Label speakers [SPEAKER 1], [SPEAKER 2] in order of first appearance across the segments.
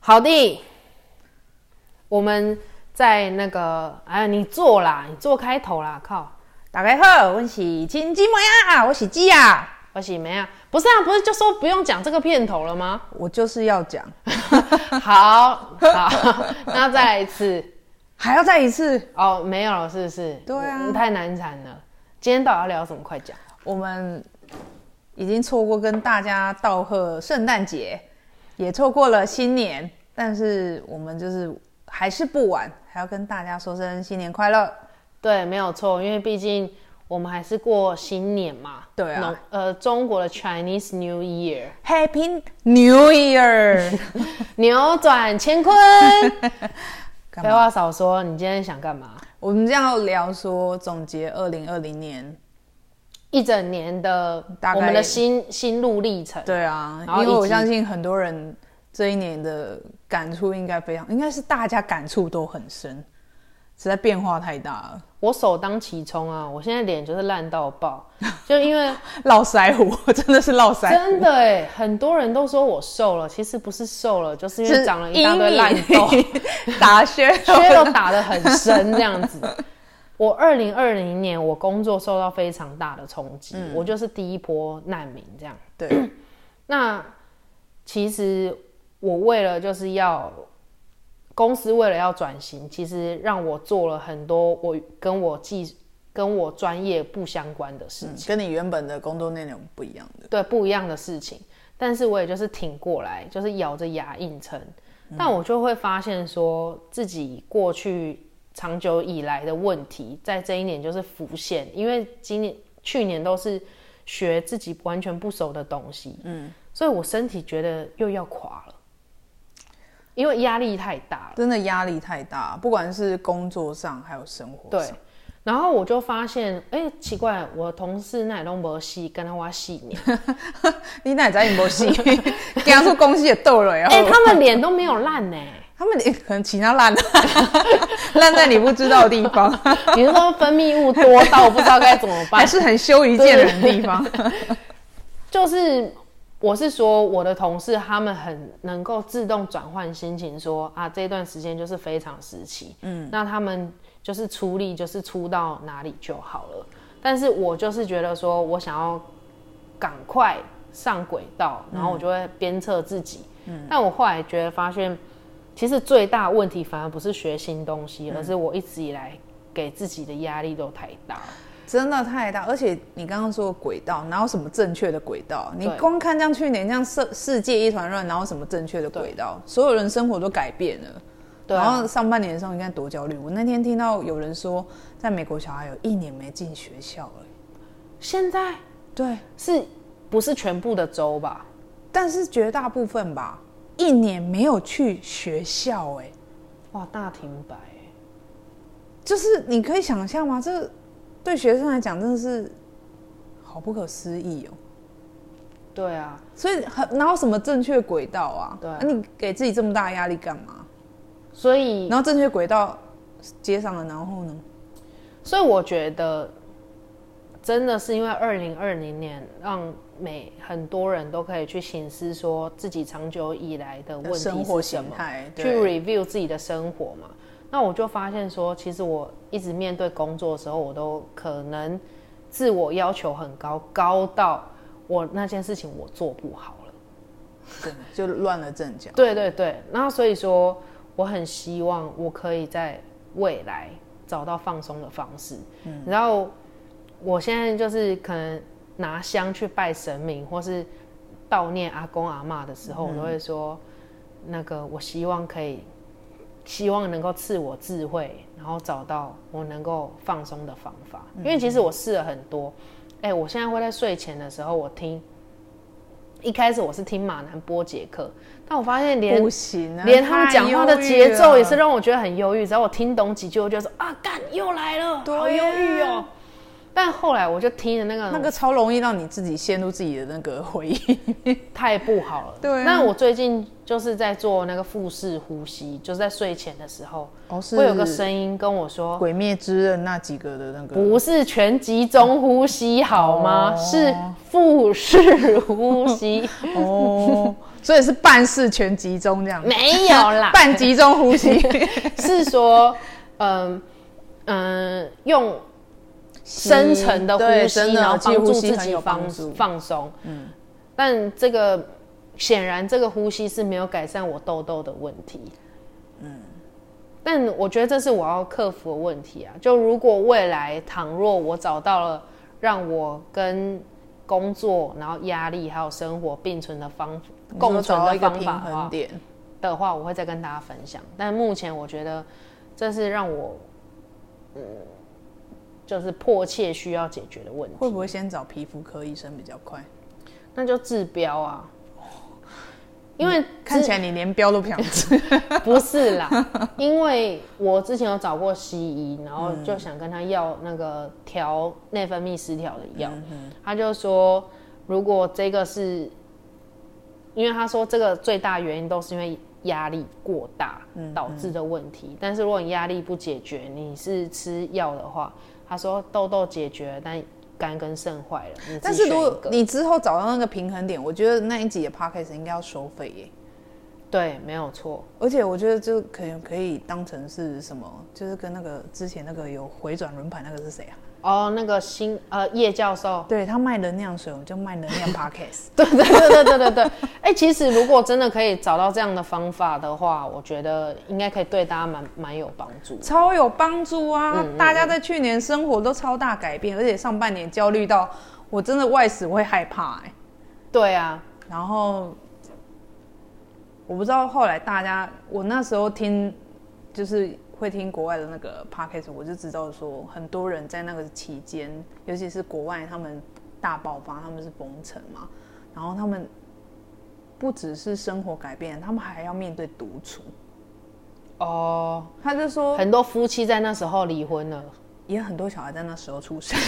[SPEAKER 1] 好的，我们在那个，哎，你做啦，你做开头啦，靠，
[SPEAKER 2] 大家好，我是金鸡妹啊，我是鸡啊，
[SPEAKER 1] 我洗没啊？不是啊，不是就说不用讲这个片头了吗？
[SPEAKER 2] 我就是要讲，
[SPEAKER 1] 好好，那再来一次
[SPEAKER 2] 还要再一次。
[SPEAKER 1] 哦，没有了，是不是？
[SPEAKER 2] 对啊
[SPEAKER 1] 我太难缠了。今天到底要聊什么？快讲！
[SPEAKER 2] 我们已经错过跟大家道贺圣诞节，也错过了新年，但是我们就是还是不晚，还要跟大家说声新年快乐。
[SPEAKER 1] 对，没有错，因为毕竟我们还是过新年嘛。
[SPEAKER 2] 对啊
[SPEAKER 1] 农，呃，中国的 Chinese New Year。
[SPEAKER 2] Happy New Year！
[SPEAKER 1] 扭转乾坤。
[SPEAKER 2] 干
[SPEAKER 1] 废话少说，你今天想干嘛？
[SPEAKER 2] 我们这样要聊说总结二零二零年，
[SPEAKER 1] 一整年的
[SPEAKER 2] 大概
[SPEAKER 1] 我们的心心路历程。
[SPEAKER 2] 对啊，
[SPEAKER 1] 然后
[SPEAKER 2] 因为
[SPEAKER 1] 以及
[SPEAKER 2] 我相信很多人这一年的感触应该非常，应该是大家感触都很深，实在变化太大了，
[SPEAKER 1] 我首当其冲啊！我现在脸就是烂到爆， 就因为
[SPEAKER 2] 络腮胡 真的是络腮，
[SPEAKER 1] 真的哎、很多人都说我瘦了，其实不是瘦了，就是因
[SPEAKER 2] 是
[SPEAKER 1] 为长了一大堆烂痘，
[SPEAKER 2] 阴影， 打血
[SPEAKER 1] 缺肉打得很深这样子。我二零二零年我工作受到非常大的冲击，
[SPEAKER 2] 嗯
[SPEAKER 1] 我就是第一波难民这样。
[SPEAKER 2] 对，
[SPEAKER 1] 那其实我为了就是要公司为了要转型，其实让我做了很多我跟我技跟我专业不相关的事，
[SPEAKER 2] 嗯跟你原本的工作内容不一样的，
[SPEAKER 1] 对不一样的事情。但是我也就是挺过来，就是咬着牙硬撑。
[SPEAKER 2] 嗯
[SPEAKER 1] 但我就会发现说自己过去长久以来的问题，在这一年就是浮现，因为今年去年都是学自己完全不熟的东西，嗯，所以我身体觉得又要垮了，因为压力太大了。
[SPEAKER 2] 真的压力太大，不管是工作上还有生活
[SPEAKER 1] 对
[SPEAKER 2] 上，，
[SPEAKER 1] 然后我就发现，哎、奇怪，我同事那都没戏，跟他挖戏呢，
[SPEAKER 2] 你奶仔有没有戏？ 给他说公司也斗了，然后
[SPEAKER 1] 哎、他们脸都没有烂呢、
[SPEAKER 2] 他们也可能其他烂了， 烂在你不知道的地方，
[SPEAKER 1] 你是说分泌物多到我不知道该怎么办
[SPEAKER 2] 还？是很羞于见人的地方。
[SPEAKER 1] 就是我是说，我的同事他们很能够自动转换心情说，啊，这段时间就是非常时期，嗯，那他们就是出力就是出到哪里就好了。但是我就是觉得说我想要赶快上轨道，然后我就会鞭策自己。嗯，但我后来觉得发现，其实最大问题反而不是学新东西，而是我一直以来给自己的压力都太大。
[SPEAKER 2] 真的太大，而且你刚刚说的轨道，哪有什么正确的轨道？你
[SPEAKER 1] 对
[SPEAKER 2] 光看这样去年这样世世界一团乱，哪有什么正确的轨道？所有人生活都改变了。
[SPEAKER 1] 对啊
[SPEAKER 2] 然后上半年的时候，你看多焦虑。我那天听到有人说，在美国小孩有一年没进学校了。
[SPEAKER 1] 现在
[SPEAKER 2] 对，
[SPEAKER 1] 是不是全部的州吧？
[SPEAKER 2] 但是绝大部分吧，一年没有去学校、哎，
[SPEAKER 1] 哇，大停摆欸，
[SPEAKER 2] 就是你可以想象吗？这对学生来讲真的是好不可思议哦、
[SPEAKER 1] 对啊，
[SPEAKER 2] 所以很哪有什么正确轨道啊？
[SPEAKER 1] 对
[SPEAKER 2] 啊你给自己这么大的压力干嘛？
[SPEAKER 1] 所以
[SPEAKER 2] 然后正确轨道接上了，然后呢？
[SPEAKER 1] 所以我觉得真的是因为二零二零年让每很多人都可以去醒思说自己长久以来的问
[SPEAKER 2] 生
[SPEAKER 1] 题
[SPEAKER 2] 活
[SPEAKER 1] 是什
[SPEAKER 2] 形
[SPEAKER 1] 么，
[SPEAKER 2] 态
[SPEAKER 1] 去
[SPEAKER 2] 对
[SPEAKER 1] review 自己的生活嘛。那我就发现说，其实我一直面对工作的时候，我都可能自我要求很高，高到我那件事情我做不好了。
[SPEAKER 2] 真的就乱了阵脚。
[SPEAKER 1] 对对对，然后所以说，我很希望我可以在未来找到放松的方式。然后我现在就是可能拿香去拜神明，或是悼念阿公阿嬷的时候，我
[SPEAKER 2] 嗯
[SPEAKER 1] 都会说，那个我希望可以，希望能够赐我智慧，然后找到我能够放松的方法。
[SPEAKER 2] 嗯
[SPEAKER 1] 因为其实我试了很多，哎、我现在会在睡前的时候，我听。一开始我是听马南波杰克，但我发现连
[SPEAKER 2] 不行啊，
[SPEAKER 1] 连他们
[SPEAKER 2] 太
[SPEAKER 1] 讲话的
[SPEAKER 2] 忧郁
[SPEAKER 1] 节奏也是
[SPEAKER 2] 了
[SPEAKER 1] 让我觉得很忧郁。只要我听懂几句，我就说啊，干又来了，
[SPEAKER 2] 对
[SPEAKER 1] 好忧郁哦。但后来我就听了那个
[SPEAKER 2] 那个超容易让你自己陷入自己的那个回忆。
[SPEAKER 1] 太不好了。
[SPEAKER 2] 对啊
[SPEAKER 1] 那我最近就是在做那个腹式呼吸，就是在睡前的时候，
[SPEAKER 2] 哦，是
[SPEAKER 1] 会有个声音跟我说
[SPEAKER 2] 《鬼灭之刃》那几个的那个。
[SPEAKER 1] 不是全集中呼
[SPEAKER 2] 哦
[SPEAKER 1] 吸好吗？是腹式呼吸。
[SPEAKER 2] 哦，所以是半式全集中这样，
[SPEAKER 1] 没有啦，
[SPEAKER 2] 半集中 呼吸，
[SPEAKER 1] 是说，嗯、嗯、用深层的
[SPEAKER 2] 对
[SPEAKER 1] 呼吸，
[SPEAKER 2] 嗯真的
[SPEAKER 1] 然后
[SPEAKER 2] 其
[SPEAKER 1] 帮
[SPEAKER 2] 实
[SPEAKER 1] 助
[SPEAKER 2] 呼吸
[SPEAKER 1] 自
[SPEAKER 2] 很
[SPEAKER 1] 己
[SPEAKER 2] 有帮
[SPEAKER 1] 放
[SPEAKER 2] 助
[SPEAKER 1] 放松。嗯，但这个显然这个呼吸是没有改善我痘痘的问题。嗯，但我觉得这是我要克服的问题啊。就如果未来倘若我找到了让我跟工作，然后压力还有生活并存的方共
[SPEAKER 2] 你说
[SPEAKER 1] 存
[SPEAKER 2] 找到
[SPEAKER 1] 的
[SPEAKER 2] 一个
[SPEAKER 1] 方
[SPEAKER 2] 平
[SPEAKER 1] 法的话
[SPEAKER 2] 衡，点。
[SPEAKER 1] 的话，我会再跟大家分享。但目前我觉得这是让我，嗯，就是迫切需要解决的问题。
[SPEAKER 2] 会不会先找皮肤科医生比较快？
[SPEAKER 1] 那就治标啊，因为
[SPEAKER 2] 看起
[SPEAKER 1] 来
[SPEAKER 2] 来你连标都不想吃，
[SPEAKER 1] 不是啦，因为我之前有找过西医，然后就想跟他要那个调内分泌失调的药，
[SPEAKER 2] 嗯
[SPEAKER 1] 他就说如果这个是，因为他说这个最大原因都是因为压力过大导致的问
[SPEAKER 2] 嗯
[SPEAKER 1] 题，但是如果你压力不解决，你是吃药的话，他说痘痘解决了，但肝跟肾坏了，你自
[SPEAKER 2] 但
[SPEAKER 1] 己
[SPEAKER 2] 是如
[SPEAKER 1] 选一
[SPEAKER 2] 果
[SPEAKER 1] 个
[SPEAKER 2] 你之后找到那个平衡点，我觉得那一集的 podcast 应该要收费耶。
[SPEAKER 1] 对没有错，
[SPEAKER 2] 而且我觉得就可以可以当成是什么，就是跟那个之前那个有回转轮盘那个是谁啊？
[SPEAKER 1] 哦，那个新呃叶教授。
[SPEAKER 2] 对他卖能量水，我们就卖能 量 podcast。
[SPEAKER 1] 对对对对对对对，哎、其实如果真的可以找到这样的方法的话，我觉得应该可以对大家蛮蛮有帮助。
[SPEAKER 2] 超有帮助啊！
[SPEAKER 1] 嗯
[SPEAKER 2] 大家在去年生活都超大改变，而且上半年焦虑到我真的外死会害怕哎、
[SPEAKER 1] 对啊，
[SPEAKER 2] 然后我不知道后来大家，我那时候听就是会听国外的那个 podcast，我就知道说很多人在那个期间，尤其是国外他们大爆发，他们是封城嘛，然后他们不只是生活改变，他们还要面对独处。
[SPEAKER 1] 哦，
[SPEAKER 2] 他就说，
[SPEAKER 1] 很多夫妻在那时候离婚了，
[SPEAKER 2] 也很多小孩在那时候出生，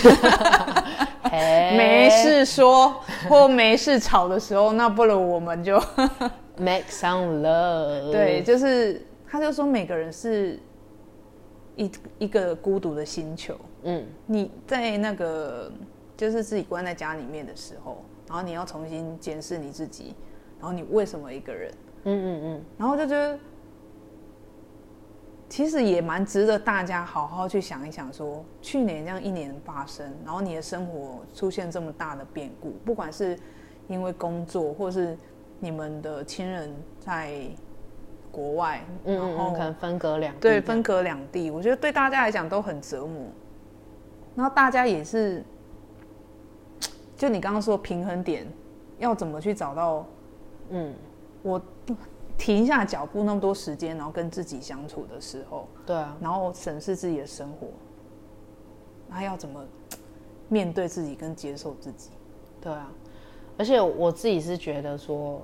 [SPEAKER 1] 嘿
[SPEAKER 2] 没事说 或没事吵的时候，那不如我们就。
[SPEAKER 1] ，make some love。
[SPEAKER 2] 对，，就是他就说每个人是一一个孤独的星球。
[SPEAKER 1] 嗯，
[SPEAKER 2] 你在那个就是自己关在家里面的时候，然后你要重新检视你自己，然后你为什么一个人，
[SPEAKER 1] 嗯嗯嗯，
[SPEAKER 2] 然后就觉得其实也蛮值得大家好好去想一想说去年这样一年发生，然后你的生活出现这么大的变故，不管是因为工作，或是你们的亲人在国外，
[SPEAKER 1] 嗯嗯
[SPEAKER 2] 然
[SPEAKER 1] 嗯，可
[SPEAKER 2] 后
[SPEAKER 1] 能分隔两地
[SPEAKER 2] 对分隔两地，我觉得对大家来讲都很折磨。然后大家也是，就你刚刚说平衡点，要怎么去找到
[SPEAKER 1] 嗯，
[SPEAKER 2] 我停下脚步那么多时间，然后跟自己相处的时候，
[SPEAKER 1] 对啊，
[SPEAKER 2] 然后审视自己的生活，那要怎么面对自己跟接受自己？
[SPEAKER 1] 对啊，而且我自己是觉得说，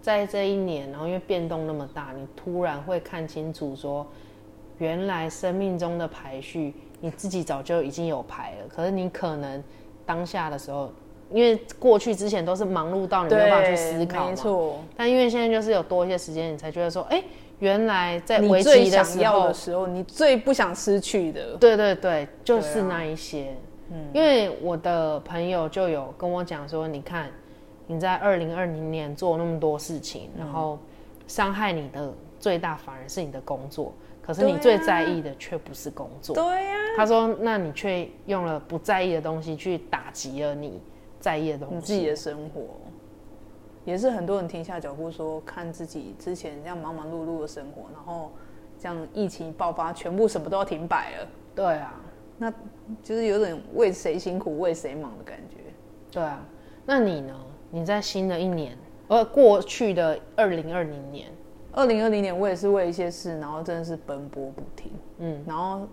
[SPEAKER 1] 在这一年，然后因为变动那么大，你突然会看清楚说，原来生命中的排序你自己早就已经有排了，可是你可能当下的时候，因为过去之前都是忙碌到你没有办法去思考
[SPEAKER 2] 没
[SPEAKER 1] 嘛，
[SPEAKER 2] 错。
[SPEAKER 1] 但因为现在就是有多一些时间，你才觉得说，哎、原来在
[SPEAKER 2] 你
[SPEAKER 1] 危
[SPEAKER 2] 最
[SPEAKER 1] 机的
[SPEAKER 2] 想
[SPEAKER 1] 时
[SPEAKER 2] 要
[SPEAKER 1] 候
[SPEAKER 2] 的，时候，你最不想失去的，
[SPEAKER 1] 对对对，就
[SPEAKER 2] 对啊
[SPEAKER 1] 是那一些。嗯，因为我的朋友就有跟我讲说，你看你在二零二零年做那么多事情，然
[SPEAKER 2] 嗯
[SPEAKER 1] 后伤害你的最大反而是你的工作，可是
[SPEAKER 2] 对
[SPEAKER 1] 你最
[SPEAKER 2] 啊
[SPEAKER 1] 在意的却不是工作。
[SPEAKER 2] 对啊呀、
[SPEAKER 1] 他说，那你却用了不在意的东西去打击了你在意的
[SPEAKER 2] 你
[SPEAKER 1] 东
[SPEAKER 2] 自己
[SPEAKER 1] 西。
[SPEAKER 2] 的生活，也是很多人停下脚步说，看自己之前这样忙忙碌碌的生活，然后这样疫情爆发，全部什么都要停摆了，
[SPEAKER 1] 对啊，
[SPEAKER 2] 就是有点为谁辛苦为谁忙的感觉。
[SPEAKER 1] 对啊。那你呢？你在新的一年，呃，过去的二零二零年，
[SPEAKER 2] 二零二零年我也是为一些事，然后真的是奔波不停。嗯，然后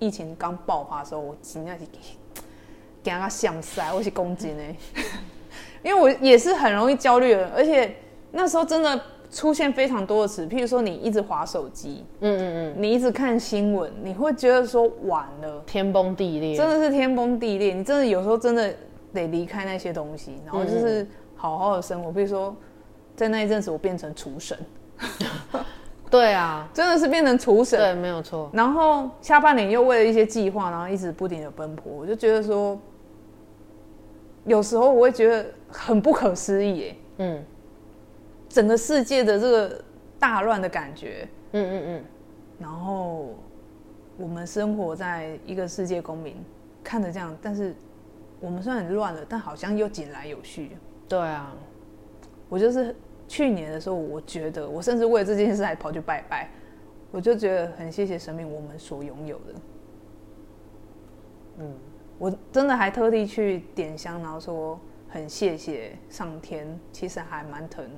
[SPEAKER 2] 疫情刚爆发的时候，我真的是惊到想塞，我是公斤呢，因为我也是很容易焦虑的人，而且那时候真的出现非常多的词，譬如说你一直划手机，
[SPEAKER 1] 嗯嗯嗯，
[SPEAKER 2] 你一直看新闻，你会觉得说完了，
[SPEAKER 1] 天崩地裂，
[SPEAKER 2] 真的是天崩地裂。你真的有时候真的得离开那些东西，然后就是好好的生活。比如说，在那一阵子我变成厨神，
[SPEAKER 1] 对啊，
[SPEAKER 2] 真的是变成厨神。
[SPEAKER 1] 对，没有错。
[SPEAKER 2] 然后下半年又为了一些计划，然后一直不停的奔波，我就觉得说，有时候我会觉得很不可思议耶，
[SPEAKER 1] 嗯，
[SPEAKER 2] 整个世界的这个大乱的感觉，
[SPEAKER 1] 嗯嗯嗯，
[SPEAKER 2] 然后我们生活在一个世界公民，看着这样，但是我们虽然很乱了，但好像又井然有序。
[SPEAKER 1] 对啊，
[SPEAKER 2] 我就是去年的时候，我觉得我甚至为了这件事还跑去拜拜，我就觉得很谢谢生命我们所拥有的。嗯，我真的还特地去点香，然后说很谢谢上天，其实还蛮疼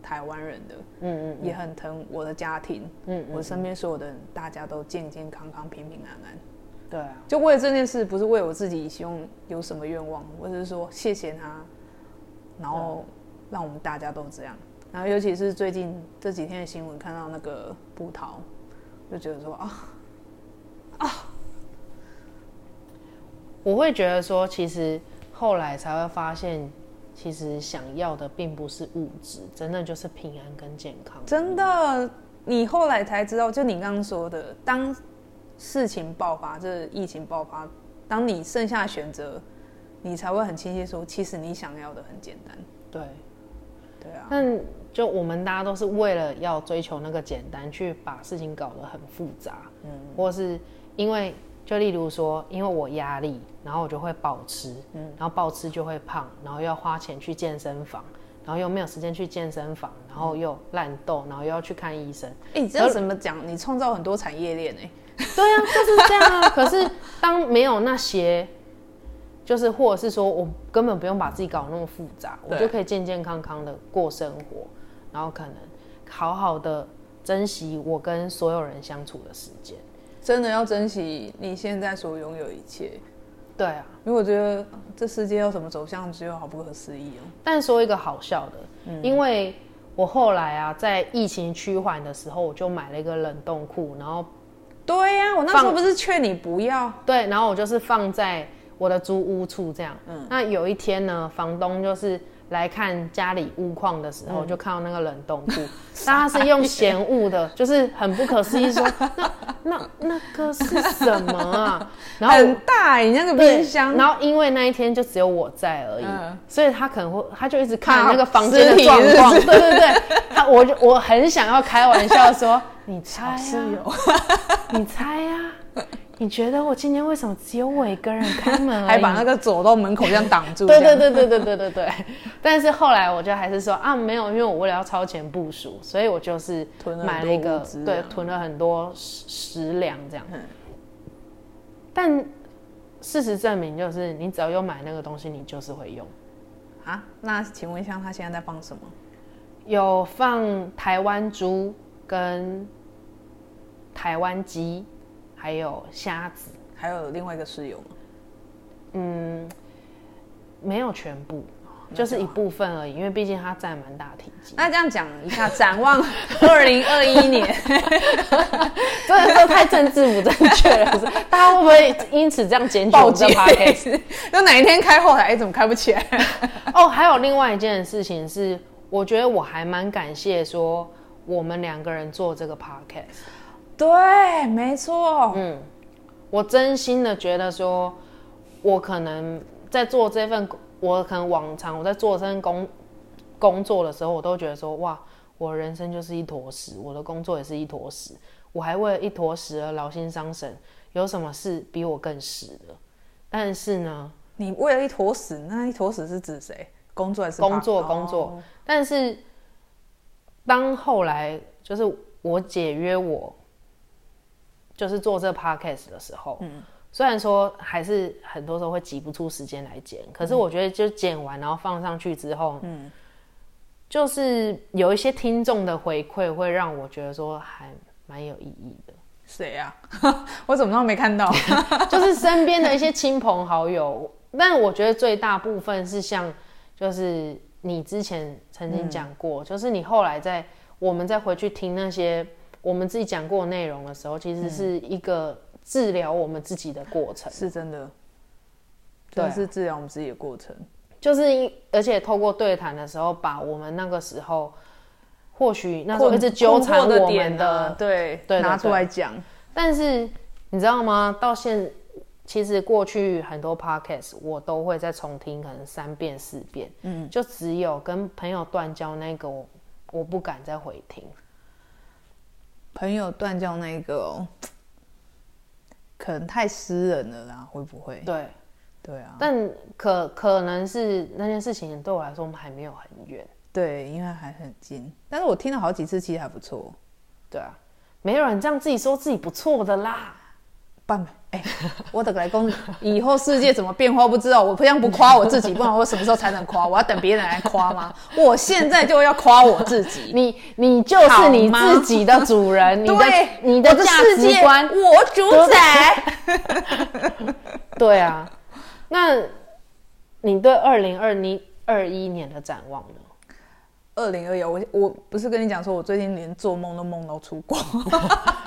[SPEAKER 2] 台湾人的，
[SPEAKER 1] 嗯嗯
[SPEAKER 2] 也很疼我的家庭，
[SPEAKER 1] 嗯嗯，
[SPEAKER 2] 我身边所有的人，大家都健健康康、平平安安。
[SPEAKER 1] 对啊，
[SPEAKER 2] 就为了这件事，不是为我自己希望有什么愿望，我只是说谢谢他，然
[SPEAKER 1] 嗯
[SPEAKER 2] 后让我们大家都这样。然后尤其是最近这几天的新闻，看到那个葡萄，就觉得说啊，
[SPEAKER 1] 我会觉得说，其实后来才会发现，其实想要的并不是物质，真的就是平安跟健康。
[SPEAKER 2] 真的，你后来才知道，就你刚刚说的，当事情爆发，这疫情爆发，当你剩下选择，你才会很清晰说，其实你想要的很简单。
[SPEAKER 1] 对，
[SPEAKER 2] 对啊，
[SPEAKER 1] 但就我们大家都是为了要追求那个简单，去把事情搞得很复杂，嗯，或是因为就例如说，因为我压力，然后我就会暴吃，嗯，然后暴吃就会胖，然后又要花钱去健身房，然后又没有时间去健身房，然后又烂痘，然后又要去看医生，
[SPEAKER 2] 哎、你知道怎么讲？你创造很多产业链哎、
[SPEAKER 1] 对啊，就是这样啊。 可是当没有那些，就是或者是说我根本不用把自己搞得那么复杂，我
[SPEAKER 2] 对
[SPEAKER 1] 就可以健健康康的过生活，然后可能好好的珍惜我跟所有人相处的时间。
[SPEAKER 2] 真的要珍惜你现在所拥有一切，
[SPEAKER 1] 对啊，
[SPEAKER 2] 因为我觉得这世界要怎么走向，只有好不可思议哦。
[SPEAKER 1] 但说一个好笑的，因为我后来啊，在疫情趋缓的时候，我就买了一个冷冻库，然后
[SPEAKER 2] 对呀、我那时候不是劝你不要，
[SPEAKER 1] 对，然后我就是放在我的租屋处这样。那有一天呢，房东就是来看家里屋况的时候，就看到那个冷冻库，但他是用嫌恶的，就是很不可思议说，那那那个是什么啊？然后
[SPEAKER 2] 很大、欸，你那个
[SPEAKER 1] 对
[SPEAKER 2] 冰箱，
[SPEAKER 1] 然后因为那一天就只有我在而已，
[SPEAKER 2] 嗯
[SPEAKER 1] 所以他可能会，他就一直看
[SPEAKER 2] 怕
[SPEAKER 1] 那个房间
[SPEAKER 2] 尸
[SPEAKER 1] 的
[SPEAKER 2] 体
[SPEAKER 1] 状
[SPEAKER 2] 是不
[SPEAKER 1] 况，
[SPEAKER 2] 是
[SPEAKER 1] 对对对，他我就我很想要开玩笑说，你猜 啊，
[SPEAKER 2] 是有，
[SPEAKER 1] 你猜呀、你觉得我今天为什么只有我一个人开门而已？
[SPEAKER 2] 还把那个走到门口这样挡住，
[SPEAKER 1] 对对
[SPEAKER 2] 这样
[SPEAKER 1] 对对对对对 对。但是后来我就还是说啊，没有，因为我为了要超前部署，所以我就是
[SPEAKER 2] 囤了很多
[SPEAKER 1] 买了一个
[SPEAKER 2] 物资
[SPEAKER 1] 对
[SPEAKER 2] 啊
[SPEAKER 1] 囤了很多食食粮这样
[SPEAKER 2] 嗯。
[SPEAKER 1] 但事实证明，就是你只要有买那个东西，你就是会用。
[SPEAKER 2] 啊。那请问一下，他现在在放什么？
[SPEAKER 1] 有放台湾猪跟台湾鸡，还有虾子，
[SPEAKER 2] 还有另外一个室友吗？
[SPEAKER 1] 没有全部，
[SPEAKER 2] 哦
[SPEAKER 1] 就是一部分而已，因为毕竟它占蛮大体积。
[SPEAKER 2] 那这样讲一下，展望 二零二一年，
[SPEAKER 1] 真的都太政治不正确了，是大家会不会因此这样检举我
[SPEAKER 2] 报
[SPEAKER 1] 们的
[SPEAKER 2] 警
[SPEAKER 1] podcast？，
[SPEAKER 2] 就哪一天开后台，哎、怎么开不起来？
[SPEAKER 1] 哦，还有另外一件事情是，我觉得我还蛮感谢说我们两个人做这个 podcast，
[SPEAKER 2] 对，没错，嗯，
[SPEAKER 1] 我真心的觉得说，我可能在做这份，我可能往常我在做这份工工作的时候，我都觉得说，哇，我人生就是一坨屎，我的工作也是一坨屎，我还为了一坨屎而劳心伤神，有什么事比我更屎的？但是呢，
[SPEAKER 2] 你为了一坨屎，那一坨屎是指谁？工作还是
[SPEAKER 1] 工作
[SPEAKER 2] 怕
[SPEAKER 1] 工作
[SPEAKER 2] 哦，
[SPEAKER 1] 但是当后来就是我姐约我，就是做这 podcast 的时候，虽然说还是很多时候会挤不出时间来剪，可是我觉得就剪完然后放上去之后，嗯，就是有一些听众的回馈会让我觉得说还蛮有意义的。
[SPEAKER 2] 谁啊？ 我怎么都没看到？
[SPEAKER 1] 就是身边的一些亲朋好友。但我觉得最大部分是像，就是你之前曾
[SPEAKER 2] 嗯
[SPEAKER 1] 经讲过，就是你后来在我们再回去听那些我们自己讲过的内容的时候，其实是
[SPEAKER 2] 嗯
[SPEAKER 1] 一个治疗我们自己的过程。
[SPEAKER 2] 是真的，
[SPEAKER 1] 对
[SPEAKER 2] 真
[SPEAKER 1] 啊
[SPEAKER 2] 的是治疗我们自己的过程。
[SPEAKER 1] 就是因而且透过对谈的时候，把我们那个时候或许那时候一直纠缠我
[SPEAKER 2] 困惑的
[SPEAKER 1] 们
[SPEAKER 2] 点
[SPEAKER 1] 的
[SPEAKER 2] 啊，对
[SPEAKER 1] 对对
[SPEAKER 2] 拿出来讲，
[SPEAKER 1] 但是你知道吗？到现其实过去很多 podcast 我都会再重听，可能三遍四遍，嗯，就只有跟朋友断交那个我我不敢再回听。
[SPEAKER 2] 朋友断掉那一个、哦，可能太私人了啦，会不会？
[SPEAKER 1] 对，
[SPEAKER 2] 对啊，
[SPEAKER 1] 但可可能是那件事情对我来说还没有很远。
[SPEAKER 2] 对，因为还很近，但是我听了好几次，其实还不错。
[SPEAKER 1] 对啊，没有人这样自己说自己不错的啦。
[SPEAKER 2] 办吧，哎、我的来公，以后世界怎么变化不知道，我不想不夸我自己，不然我什么时候才能夸？我要等别人来夸 吗？我现在就要夸我自己。
[SPEAKER 1] 你你就是你自己的主人，你的
[SPEAKER 2] 对
[SPEAKER 1] 你的
[SPEAKER 2] 我
[SPEAKER 1] 价
[SPEAKER 2] 世
[SPEAKER 1] 值
[SPEAKER 2] 界
[SPEAKER 1] 观，
[SPEAKER 2] 我主宰。
[SPEAKER 1] 对啊。那你对二零二一二一年的展望呢？
[SPEAKER 2] 二零二一，我我不是跟你讲说，我最近连做梦都梦到出国，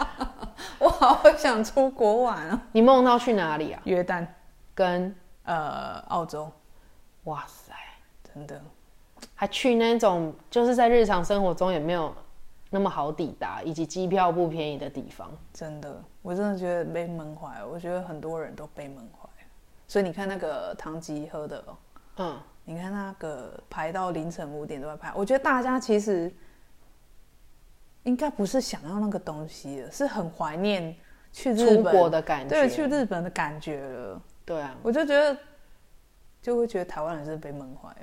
[SPEAKER 2] 我好想出国玩啊！
[SPEAKER 1] 你梦到去哪里啊？
[SPEAKER 2] 约旦，
[SPEAKER 1] 跟
[SPEAKER 2] 呃，澳洲，
[SPEAKER 1] 哇塞，
[SPEAKER 2] 真的，
[SPEAKER 1] 还去那种就是在日常生活中也没有那么好抵达，以及机票不便宜的地方。
[SPEAKER 2] 真的，我真的觉得被闷坏了。我觉得很多人都被闷坏了，所以你看那个唐吉诃德、哦，
[SPEAKER 1] 嗯，
[SPEAKER 2] 你看那个排到凌晨五点都在排，我觉得大家其实应该不是想要那个东西了，是很怀念去日
[SPEAKER 1] 出
[SPEAKER 2] 本
[SPEAKER 1] 国的感觉。
[SPEAKER 2] 对，去日本的感觉了。
[SPEAKER 1] 对啊，
[SPEAKER 2] 我就觉得，就会觉得台湾人是被闷坏了，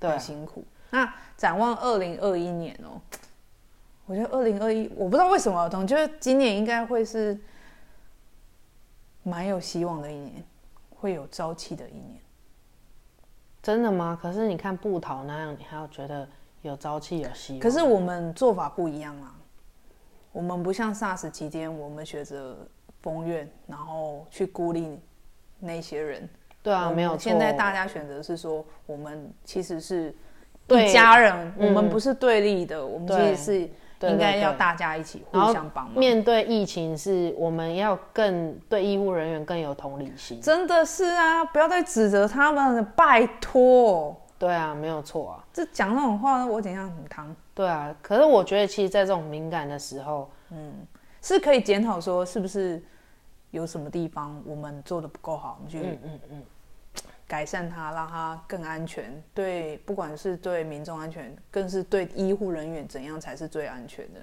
[SPEAKER 1] 对啊
[SPEAKER 2] 很辛苦。那展望二零二一年哦，我觉得二零二一，我不知道为什么，我总觉得今年应该会是蛮有希望的一年，会有朝气的一年。
[SPEAKER 1] 真的吗？可是你看布桃那样，你还要觉得有朝气有希望。
[SPEAKER 2] 可是我们做法不一样啊，我们不像 SARS 期间，我们学着封院，然后去孤立那些人。
[SPEAKER 1] 对啊，
[SPEAKER 2] 我
[SPEAKER 1] 没有错。
[SPEAKER 2] 现在大家选择是说，我们其实是
[SPEAKER 1] 对
[SPEAKER 2] 一家人，
[SPEAKER 1] 嗯
[SPEAKER 2] 我们不是对立的，我们
[SPEAKER 1] 对
[SPEAKER 2] 其实是
[SPEAKER 1] 对
[SPEAKER 2] 应该
[SPEAKER 1] 对
[SPEAKER 2] 要
[SPEAKER 1] 对
[SPEAKER 2] 大家一起互
[SPEAKER 1] 然后
[SPEAKER 2] 相帮忙。
[SPEAKER 1] 面对疫情是，我们要更对医护人员更有同理心。
[SPEAKER 2] 真的是啊，不要再指责他们了，拜托！
[SPEAKER 1] 对啊，没有错啊，
[SPEAKER 2] 这讲那种话，我怎样很汤？
[SPEAKER 1] 对啊。可是我觉得，其实，在这种敏感的时候，
[SPEAKER 2] 是可以检讨说，是不是有什么地方我们做的不够好，我们去
[SPEAKER 1] 嗯嗯嗯，
[SPEAKER 2] 改善它，让它更安全。对，不管是对民众安全，更是对医护人员怎样才是最安全的。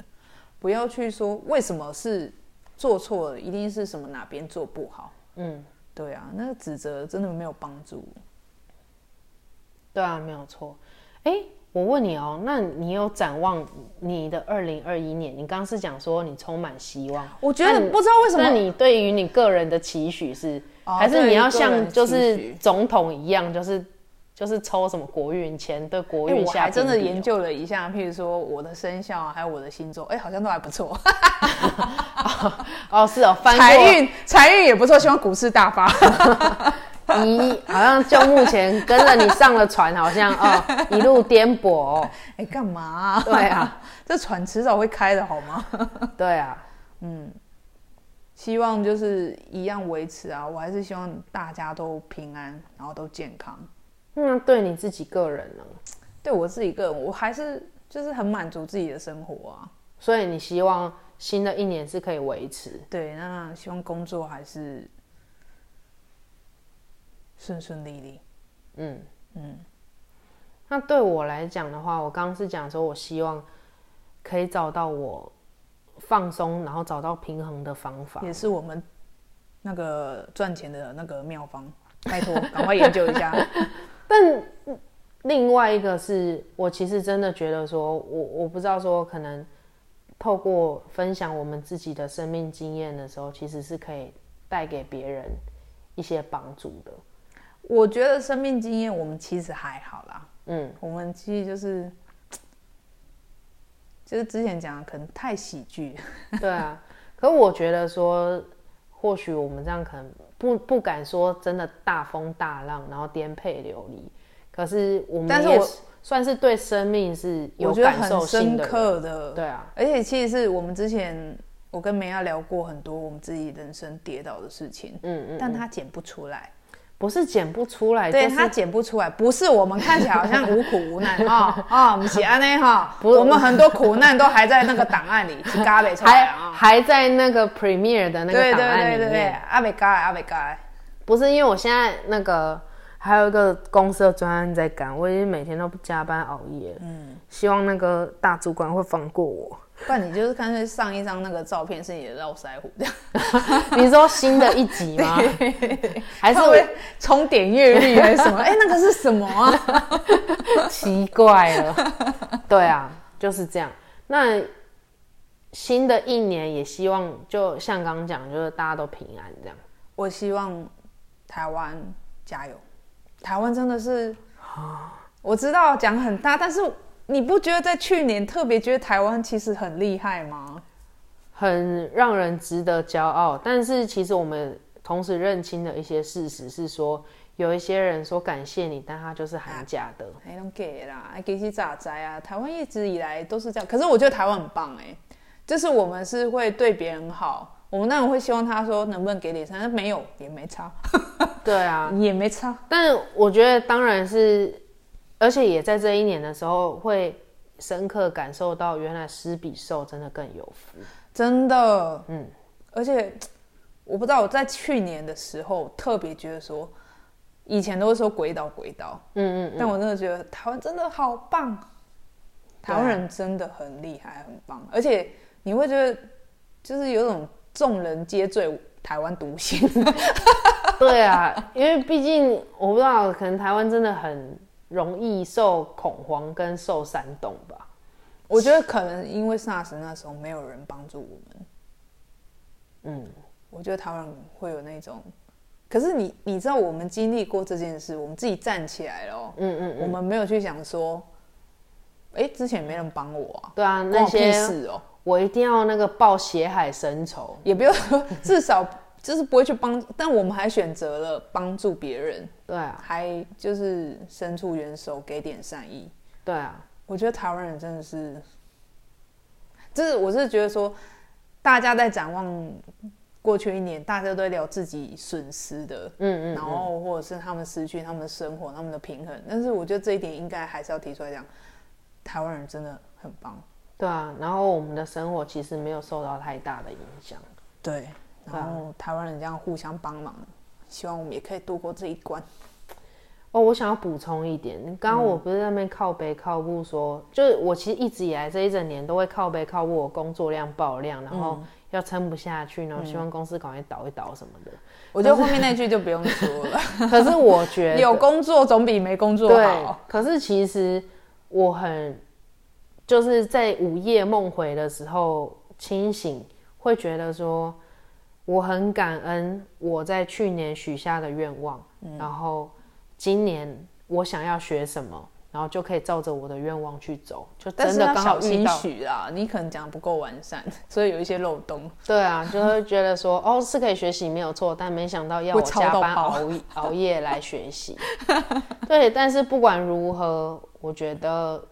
[SPEAKER 2] 不要去说为什么是做错了，一定是什么哪边做不好。
[SPEAKER 1] 嗯，
[SPEAKER 2] 对啊，那个指责真的没有帮助。
[SPEAKER 1] 对啊，没有错。哎，我问你哦，那你有展望你的二零二一年？你刚刚是讲说你充满希望，
[SPEAKER 2] 我觉
[SPEAKER 1] 那
[SPEAKER 2] 得
[SPEAKER 1] 你
[SPEAKER 2] 不知道为什
[SPEAKER 1] 那
[SPEAKER 2] 么，
[SPEAKER 1] 你对于你个人的期许是，
[SPEAKER 2] 哦
[SPEAKER 1] 还是
[SPEAKER 2] 对
[SPEAKER 1] 你
[SPEAKER 2] 于
[SPEAKER 1] 要
[SPEAKER 2] 个人
[SPEAKER 1] 像
[SPEAKER 2] 的
[SPEAKER 1] 就
[SPEAKER 2] 期许
[SPEAKER 1] 是总统一样，就是就是抽什么国运签对国
[SPEAKER 2] 哎
[SPEAKER 1] 运
[SPEAKER 2] 我
[SPEAKER 1] 下、
[SPEAKER 2] 还真的研，究了一下，譬如说我的生肖啊，还有我的星座，哎、好像都还不错，
[SPEAKER 1] 哦，是哦，翻
[SPEAKER 2] 财
[SPEAKER 1] 过
[SPEAKER 2] 运财运也不错，希望股市大发。
[SPEAKER 1] 咦，好像就目前跟着你上了船，好像哦，一路颠簸、哦。
[SPEAKER 2] 哎、干嘛 啊、
[SPEAKER 1] 对啊，
[SPEAKER 2] 这船迟早会开的好吗？
[SPEAKER 1] 对啊，
[SPEAKER 2] 希望就是一样维持啊，我还是希望大家都平安，然后都健康。
[SPEAKER 1] 那对你自己个人呢？
[SPEAKER 2] 对我自己个人，我还是就是很满足自己的生活啊。
[SPEAKER 1] 所以你希望新的一年是可以维持，
[SPEAKER 2] 对，那希望工作还是顺顺利利。
[SPEAKER 1] 嗯嗯。那对我来讲的话，我刚刚是讲说，我希望可以找到我放松，然后找到平衡的方法。
[SPEAKER 2] 也是我们那个赚钱的那个妙方，拜托赶快研究一 下。
[SPEAKER 1] 但另外一个是我其实真的觉得说，我我不知道说可能透过分享我们自己的生命经验的时候，其实是可以带给别人一些帮助的。
[SPEAKER 2] 我觉得生命经验我们其实还好啦，
[SPEAKER 1] 嗯，
[SPEAKER 2] 我们其实就是就是之前讲的可能太喜剧，
[SPEAKER 1] 对啊。可我觉得说，或许我们这样可能不不敢说真的大风大浪，然后颠沛流离。可是我们
[SPEAKER 2] 但是
[SPEAKER 1] 也
[SPEAKER 2] 我
[SPEAKER 1] 算是对生命是有
[SPEAKER 2] 我觉得
[SPEAKER 1] 感
[SPEAKER 2] 很
[SPEAKER 1] 受性
[SPEAKER 2] 深
[SPEAKER 1] 的人
[SPEAKER 2] 刻的。
[SPEAKER 1] 对啊，
[SPEAKER 2] 而且其实是我们之前我跟梅亚聊过很多我们自己人生跌倒的事情，
[SPEAKER 1] 嗯嗯，
[SPEAKER 2] 但她剪不出来。
[SPEAKER 1] 不是剪不出来，
[SPEAKER 2] 对
[SPEAKER 1] 就是
[SPEAKER 2] 他剪不出来，不是我们看起来好像无苦 无难哈啊，我们写安内哈，
[SPEAKER 1] 不
[SPEAKER 2] 我们很多苦难都还在那个档案里，是嘎北出来
[SPEAKER 1] 还
[SPEAKER 2] 啊。
[SPEAKER 1] 还在那个 Premiere 的那
[SPEAKER 2] 对啊
[SPEAKER 1] 个档
[SPEAKER 2] 对
[SPEAKER 1] 案
[SPEAKER 2] 对
[SPEAKER 1] 里
[SPEAKER 2] 对对，
[SPEAKER 1] 面，
[SPEAKER 2] 阿北嘎阿北嘎，
[SPEAKER 1] 不是因为我现在那个还有一个公司的专案在赶，我已经每天都加班熬夜了。嗯，希望那个大主管会放过我。
[SPEAKER 2] 不然你就是干脆上一张那个照片是你的络腮胡，这样
[SPEAKER 1] 你说新的一集吗？还是
[SPEAKER 2] 会不会冲点阅率 还是什么？哎、那个是什么啊？
[SPEAKER 1] 奇怪了？对啊，就是这样。那新的一年也希望，就像刚刚讲，就是大家都平安这样。
[SPEAKER 2] 我希望台湾加油，台湾真的是，我知道讲很大，但是你不觉得在去年特别觉得台湾其实很厉害吗？
[SPEAKER 1] 很让人值得骄傲。但是其实我们同时认清的一些事实是说，有一些人说感谢你，但他就是喊假的。
[SPEAKER 2] 哎，拢给啦，哎，给起咋灾啊？台湾一直以来都是这样，可是我觉得台湾很棒哎、就是我们是会对别人好，我们当然会希望他说能不能给点餐，但没有也没差，
[SPEAKER 1] 对啊，
[SPEAKER 2] 也没差，
[SPEAKER 1] 但我觉得当然是，而且也在这一年的时候会深刻感受到，原来施比受真的更有福。
[SPEAKER 2] 真的，
[SPEAKER 1] 嗯
[SPEAKER 2] 嗯，而且我不知道我在去年的时候特别觉得说，以前都会说鬼岛鬼岛，
[SPEAKER 1] 嗯嗯嗯，
[SPEAKER 2] 但我真的觉得台湾真的好棒，台湾人真的很厉害，很棒，而且你会觉得就是有种众人皆醉台湾独醒，
[SPEAKER 1] 对啊，因为毕竟我不知道，可能台湾真的很容易受恐慌跟受煽动吧。
[SPEAKER 2] 我觉得可能因为 SARS 那时候没有人帮助我们，
[SPEAKER 1] 嗯，
[SPEAKER 2] 我觉得台湾人会有那种，可是你你知道我们经历过这件事，我们自己站起来了哦、
[SPEAKER 1] 嗯嗯
[SPEAKER 2] 我
[SPEAKER 1] 嗯，
[SPEAKER 2] 们没有去想说，哎、之前没人帮我啊，
[SPEAKER 1] 对啊，
[SPEAKER 2] 关
[SPEAKER 1] 那
[SPEAKER 2] 我屁
[SPEAKER 1] 些
[SPEAKER 2] 事哦、
[SPEAKER 1] 我一定要那个报血海深仇。
[SPEAKER 2] 也不要说，至少 就是不会去帮，但我们还选择了帮助别人，
[SPEAKER 1] 对啊，
[SPEAKER 2] 还就是伸出援手，给点善意。
[SPEAKER 1] 对啊，
[SPEAKER 2] 我觉得台湾人真的是，就是我是觉得说，大家在展望过去一年，大家都在聊自己损失的，
[SPEAKER 1] 嗯嗯
[SPEAKER 2] 然后或者是他们失去他们的生活、他们的平衡。但是我觉得这一点应该还是要提出来讲，台湾人真的很棒。
[SPEAKER 1] 对啊，然后我们的生活其实没有受到太大的影响。
[SPEAKER 2] 对，
[SPEAKER 1] 对
[SPEAKER 2] 然
[SPEAKER 1] 啊
[SPEAKER 2] 后台湾人这样互相帮忙，希望我们也可以度过这一关。
[SPEAKER 1] 哦，我想要补充一点，刚刚我不是在那边靠背靠步说，就是我其实一直以来这一整年都会靠背靠步，我工作量爆量，然后要撑不下去，然后希望公司赶快倒一倒什么的。
[SPEAKER 2] 我觉得后面那句就不用 说了，
[SPEAKER 1] 可是我 觉得
[SPEAKER 2] 有工作总比没工作
[SPEAKER 1] 对
[SPEAKER 2] 好。，
[SPEAKER 1] 可是其实我很就是在午夜梦回的时候清醒，会觉得说我很感恩我在去年许下的愿望，
[SPEAKER 2] 嗯
[SPEAKER 1] 然后今年我想要学什么，然后就可以照着我的愿望去走，就
[SPEAKER 2] 但
[SPEAKER 1] 真
[SPEAKER 2] 是
[SPEAKER 1] 的
[SPEAKER 2] 要
[SPEAKER 1] 刚好
[SPEAKER 2] 小
[SPEAKER 1] 遇
[SPEAKER 2] 心
[SPEAKER 1] 到。
[SPEAKER 2] 许啦，啊你可能讲得不够完善， 所以有一些漏洞。
[SPEAKER 1] 对啊，就会觉得 说哦是可以学习没有错，但没想到要我
[SPEAKER 2] 会超
[SPEAKER 1] 加
[SPEAKER 2] 到
[SPEAKER 1] 班
[SPEAKER 2] 爆
[SPEAKER 1] 熬熬夜来学习。 对，但是不管如何，我觉得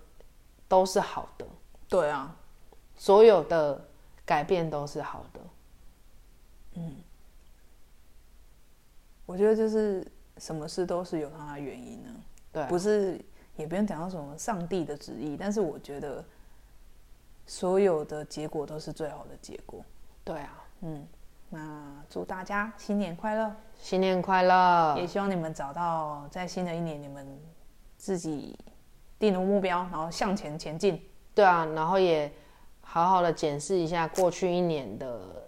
[SPEAKER 1] 都是好的，
[SPEAKER 2] 对啊，
[SPEAKER 1] 所有的改变都是好的。
[SPEAKER 2] 我觉得就是什么事都是有它的原因呢、
[SPEAKER 1] 对啊
[SPEAKER 2] 不是也不用讲到什么上帝的旨意，但是我觉得所有的结果都是最好的结果。
[SPEAKER 1] 对啊，
[SPEAKER 2] 嗯，那祝大家新年快乐，
[SPEAKER 1] 新年快乐！
[SPEAKER 2] 也希望你们找到在新的一年你们自己定的目标，然后向前前进。
[SPEAKER 1] 对啊，然后也好好的检视一下过去一年的，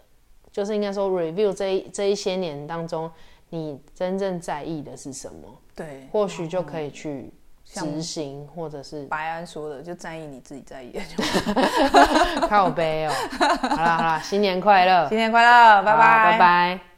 [SPEAKER 1] 就是应该说 review 这一这一些年当中，你真正在意的是什么，
[SPEAKER 2] 对，
[SPEAKER 1] 或许就可以去
[SPEAKER 2] 像
[SPEAKER 1] 执行，或者是
[SPEAKER 2] 白安说的，就在意你自己在意的就 好。
[SPEAKER 1] 靠背哦。好啦好啦，新年快乐，
[SPEAKER 2] 新年快乐，拜
[SPEAKER 1] 好
[SPEAKER 2] 拜，
[SPEAKER 1] 拜。拜。